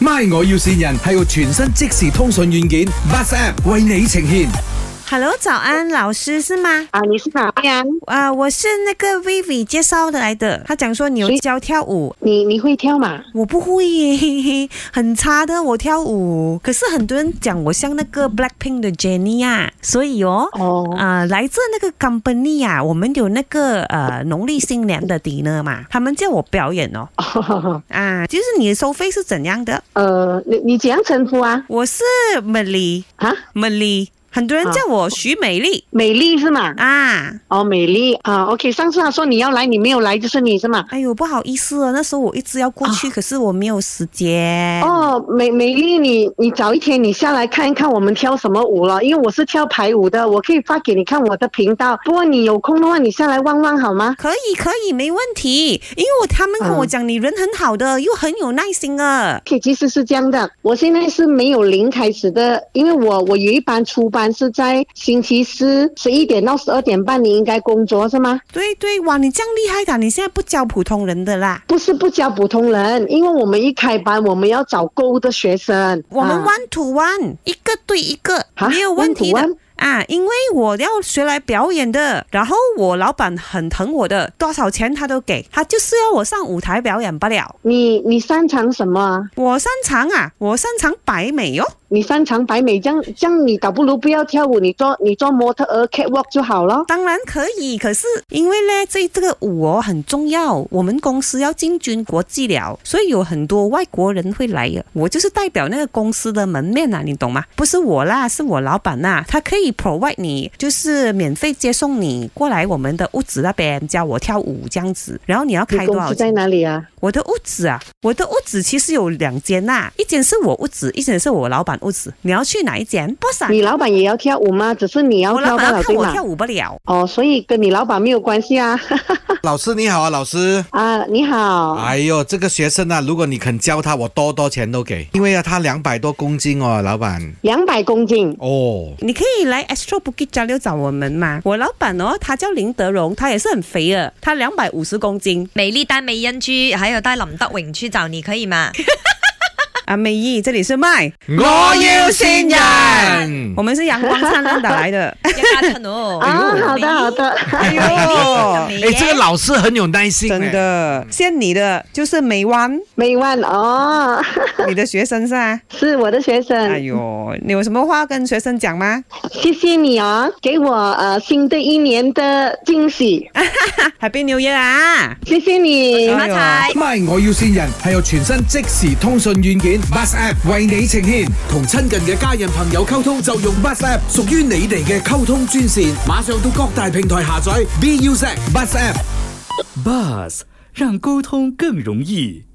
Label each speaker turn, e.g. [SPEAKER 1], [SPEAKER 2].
[SPEAKER 1] My 我要線人係個全新即時通訊軟件 Bus App 為你呈現。
[SPEAKER 2] Hello，早安，老师是吗？
[SPEAKER 3] 啊，你是哪位啊？
[SPEAKER 2] 啊、我是那个 Vivi 介绍的来的，他讲说你有
[SPEAKER 3] 谁
[SPEAKER 2] 教跳舞，
[SPEAKER 3] 你你会跳吗？
[SPEAKER 2] 我不会耶，很差的我跳舞。可是很多人讲我像那个 Blackpink 的 Jennie 啊，所以哦。
[SPEAKER 3] 哦，
[SPEAKER 2] 啊、来自那个 company 啊，我们有那个呃农历新年的 dinner 嘛，他们叫我表演哦，啊，就是你的收费是怎样的？
[SPEAKER 3] 呃，你你怎样称呼啊？
[SPEAKER 2] 我是 Melly
[SPEAKER 3] 啊，
[SPEAKER 2] Melly，很多人叫我徐美丽
[SPEAKER 3] 美丽是吗？
[SPEAKER 2] 啊，
[SPEAKER 3] 哦，美丽啊，OK，上次他说你要来，你没有来，就是你是吗？
[SPEAKER 2] 哎呦，不好意思哦，那时候我一直要过去，可是我没有时间。
[SPEAKER 3] 啊哦，美美丽，你你早一天你下来看一看我们跳什么舞了，因为我是跳排舞的，我可以发给你看我的频道。不过你有空的话，你下来望望好吗？
[SPEAKER 2] 可以可以，没问题。因为我他们跟我讲，你人很好的，又很有耐心啊。
[SPEAKER 3] OK，其实是这样的，我现在是没有零开始的，因为我我有一班初班是在星期四十一点到十二点半，你应该工作是吗？
[SPEAKER 2] 对对，哇，你这样厉害的，你现在不教普通人的啦。
[SPEAKER 3] 不是不教普通人，因为我们一开班，我们要找够的学生。
[SPEAKER 2] 我们
[SPEAKER 3] 啊
[SPEAKER 2] one to one，、一个对一个，
[SPEAKER 3] 啊
[SPEAKER 2] 没有问题
[SPEAKER 3] one
[SPEAKER 2] 的
[SPEAKER 3] to one？。
[SPEAKER 2] 啊，因为我要学来表演的，然后我老板很疼我的，多少钱他都给，他就是要我上舞台表演不了。
[SPEAKER 3] 你你擅长什么啊？
[SPEAKER 2] 我擅长啊，我擅长摆美哟、哦。
[SPEAKER 3] 你擅长摆美，这样这样你倒不如不要跳舞，你做你做模特儿 catwalk 就好了。
[SPEAKER 2] 当然可以，可是因为呢，这这个舞哦很重要，我们公司要进军国际了，所以有很多外国人会来的。我就是代表那个公司的门面啊，你懂吗？不是我啦，是我老板啦，他可以 provide 你，就是免费接送你过来我们的屋子那边教我跳舞这样子。然后你要
[SPEAKER 3] 你
[SPEAKER 2] 开多
[SPEAKER 3] 公
[SPEAKER 2] 少
[SPEAKER 3] 司
[SPEAKER 2] 钱？
[SPEAKER 3] 在哪里啊？
[SPEAKER 2] 我的屋子啊，我的屋子其实有两间呐、一间是我屋子，一间是我老板屋子。你要去哪一间？boss 啊，
[SPEAKER 3] 你老板也要跳舞吗？只是你要
[SPEAKER 2] 我老
[SPEAKER 3] 跳不
[SPEAKER 2] 板要
[SPEAKER 3] 了，
[SPEAKER 2] 看
[SPEAKER 3] 对
[SPEAKER 2] 我
[SPEAKER 3] 吗
[SPEAKER 2] 跳？舞不了。
[SPEAKER 3] 哦，所以跟你老板没有关系啊。
[SPEAKER 1] 老师你好啊，老师。
[SPEAKER 3] 啊，你好，
[SPEAKER 1] 哎呦，这个学生啊，如果你肯教他，我多多钱都给，因为啊，他两百多公斤哦，老板。
[SPEAKER 3] 两百公斤。
[SPEAKER 1] 哦，
[SPEAKER 2] 你可以来 Astro Bukit Jalil 找我们嘛。我老板哦，他叫林德荣，他也是很肥的，他两百五十公斤。
[SPEAKER 4] 美丽带美恩豬，还有带林德榮去找你可 以吗？
[SPEAKER 2] 阿美姨，这里是麦，
[SPEAKER 1] 我
[SPEAKER 2] 要線人我们是阳光灿烂打来的。
[SPEAKER 4] 一家亲哦
[SPEAKER 3] 啊，好的好的。
[SPEAKER 2] 哎呦，
[SPEAKER 1] 哎，这个老师很有耐心，
[SPEAKER 2] 真。的，像你的就是美湾，
[SPEAKER 3] 美万哦，
[SPEAKER 2] 你的学生是啊。
[SPEAKER 3] 是我的学
[SPEAKER 2] 哎
[SPEAKER 3] 生，
[SPEAKER 2] 呦，你有什么话要跟学生讲吗？
[SPEAKER 3] 谢谢你哦，给我呃新的一年的惊喜。
[SPEAKER 2] 还被纽约啊！
[SPEAKER 3] 谢谢你。
[SPEAKER 4] 發
[SPEAKER 3] 啊
[SPEAKER 4] 財。
[SPEAKER 1] My 我要線人係由全新即時通訊軟件 Bus App 為你呈現，同親近嘅家人朋友溝通就用 Bus App，屬於你哋嘅溝通專線。馬上到各大平台下載 BUZ Bus App。
[SPEAKER 5] Buzz 让沟通更容易。